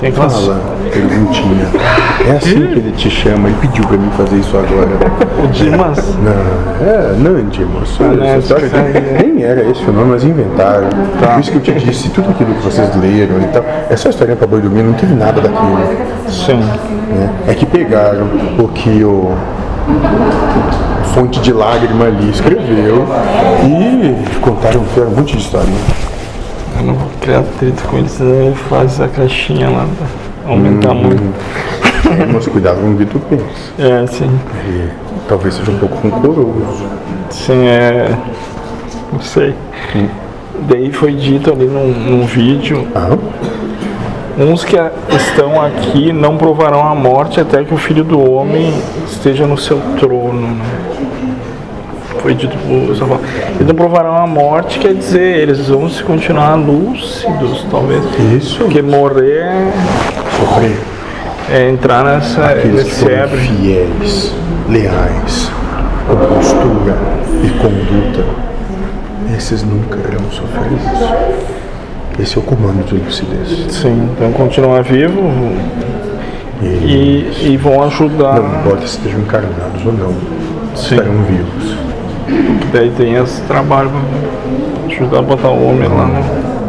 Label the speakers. Speaker 1: Tem que
Speaker 2: Fala, perguntinha. É assim que ele te chama, ele pediu pra mim fazer isso agora.
Speaker 1: O Dimas.
Speaker 2: Não, é Nandi, moço. Olha,
Speaker 1: Nandi,
Speaker 2: essa história
Speaker 1: sai,
Speaker 2: de- Nem era esse o nome, mas inventaram. Por isso que eu te disse, tudo aquilo que vocês leram e tal, essa historinha pra boi dormir não teve nada daquilo.
Speaker 1: Sim.
Speaker 2: né? É que pegaram o que o Fonte de Lágrima ali escreveu e contaram um monte de história.
Speaker 1: Eu não vou criar trito com eles, senão ele faz a caixinha lá. tá? Aumentar muito.
Speaker 2: É, mas cuidado com o que tu pensa.
Speaker 1: É, sim.
Speaker 2: E talvez seja um pouco rancoroso.
Speaker 1: Sim, é. Não sei. Daí foi dito ali num, num vídeo:
Speaker 2: Ah,
Speaker 1: uns que a- estão aqui não provarão a morte até que o filho do homem esteja no seu trono. né? Foi dito por Safo. Eles não provarão a morte, quer dizer, eles vão se continuar lúcidos, talvez.
Speaker 2: isso.
Speaker 1: Porque morrer
Speaker 2: Sofrer.
Speaker 1: é entrar nessa,
Speaker 2: Aqueles que
Speaker 1: nesse
Speaker 2: foram
Speaker 1: febre.
Speaker 2: fiéis, leais, com postura e conduta, esses nunca irão sofrer isso. Esse é o comando de lucidez.
Speaker 1: Sim, então continuar vivo
Speaker 2: E
Speaker 1: e, e vão ajudar.
Speaker 2: não importa se estejam encarnados ou não,
Speaker 1: Sim.
Speaker 2: estarão vivos.
Speaker 1: Daí tem esse trabalho pra ajudar a botar o homem lá, né?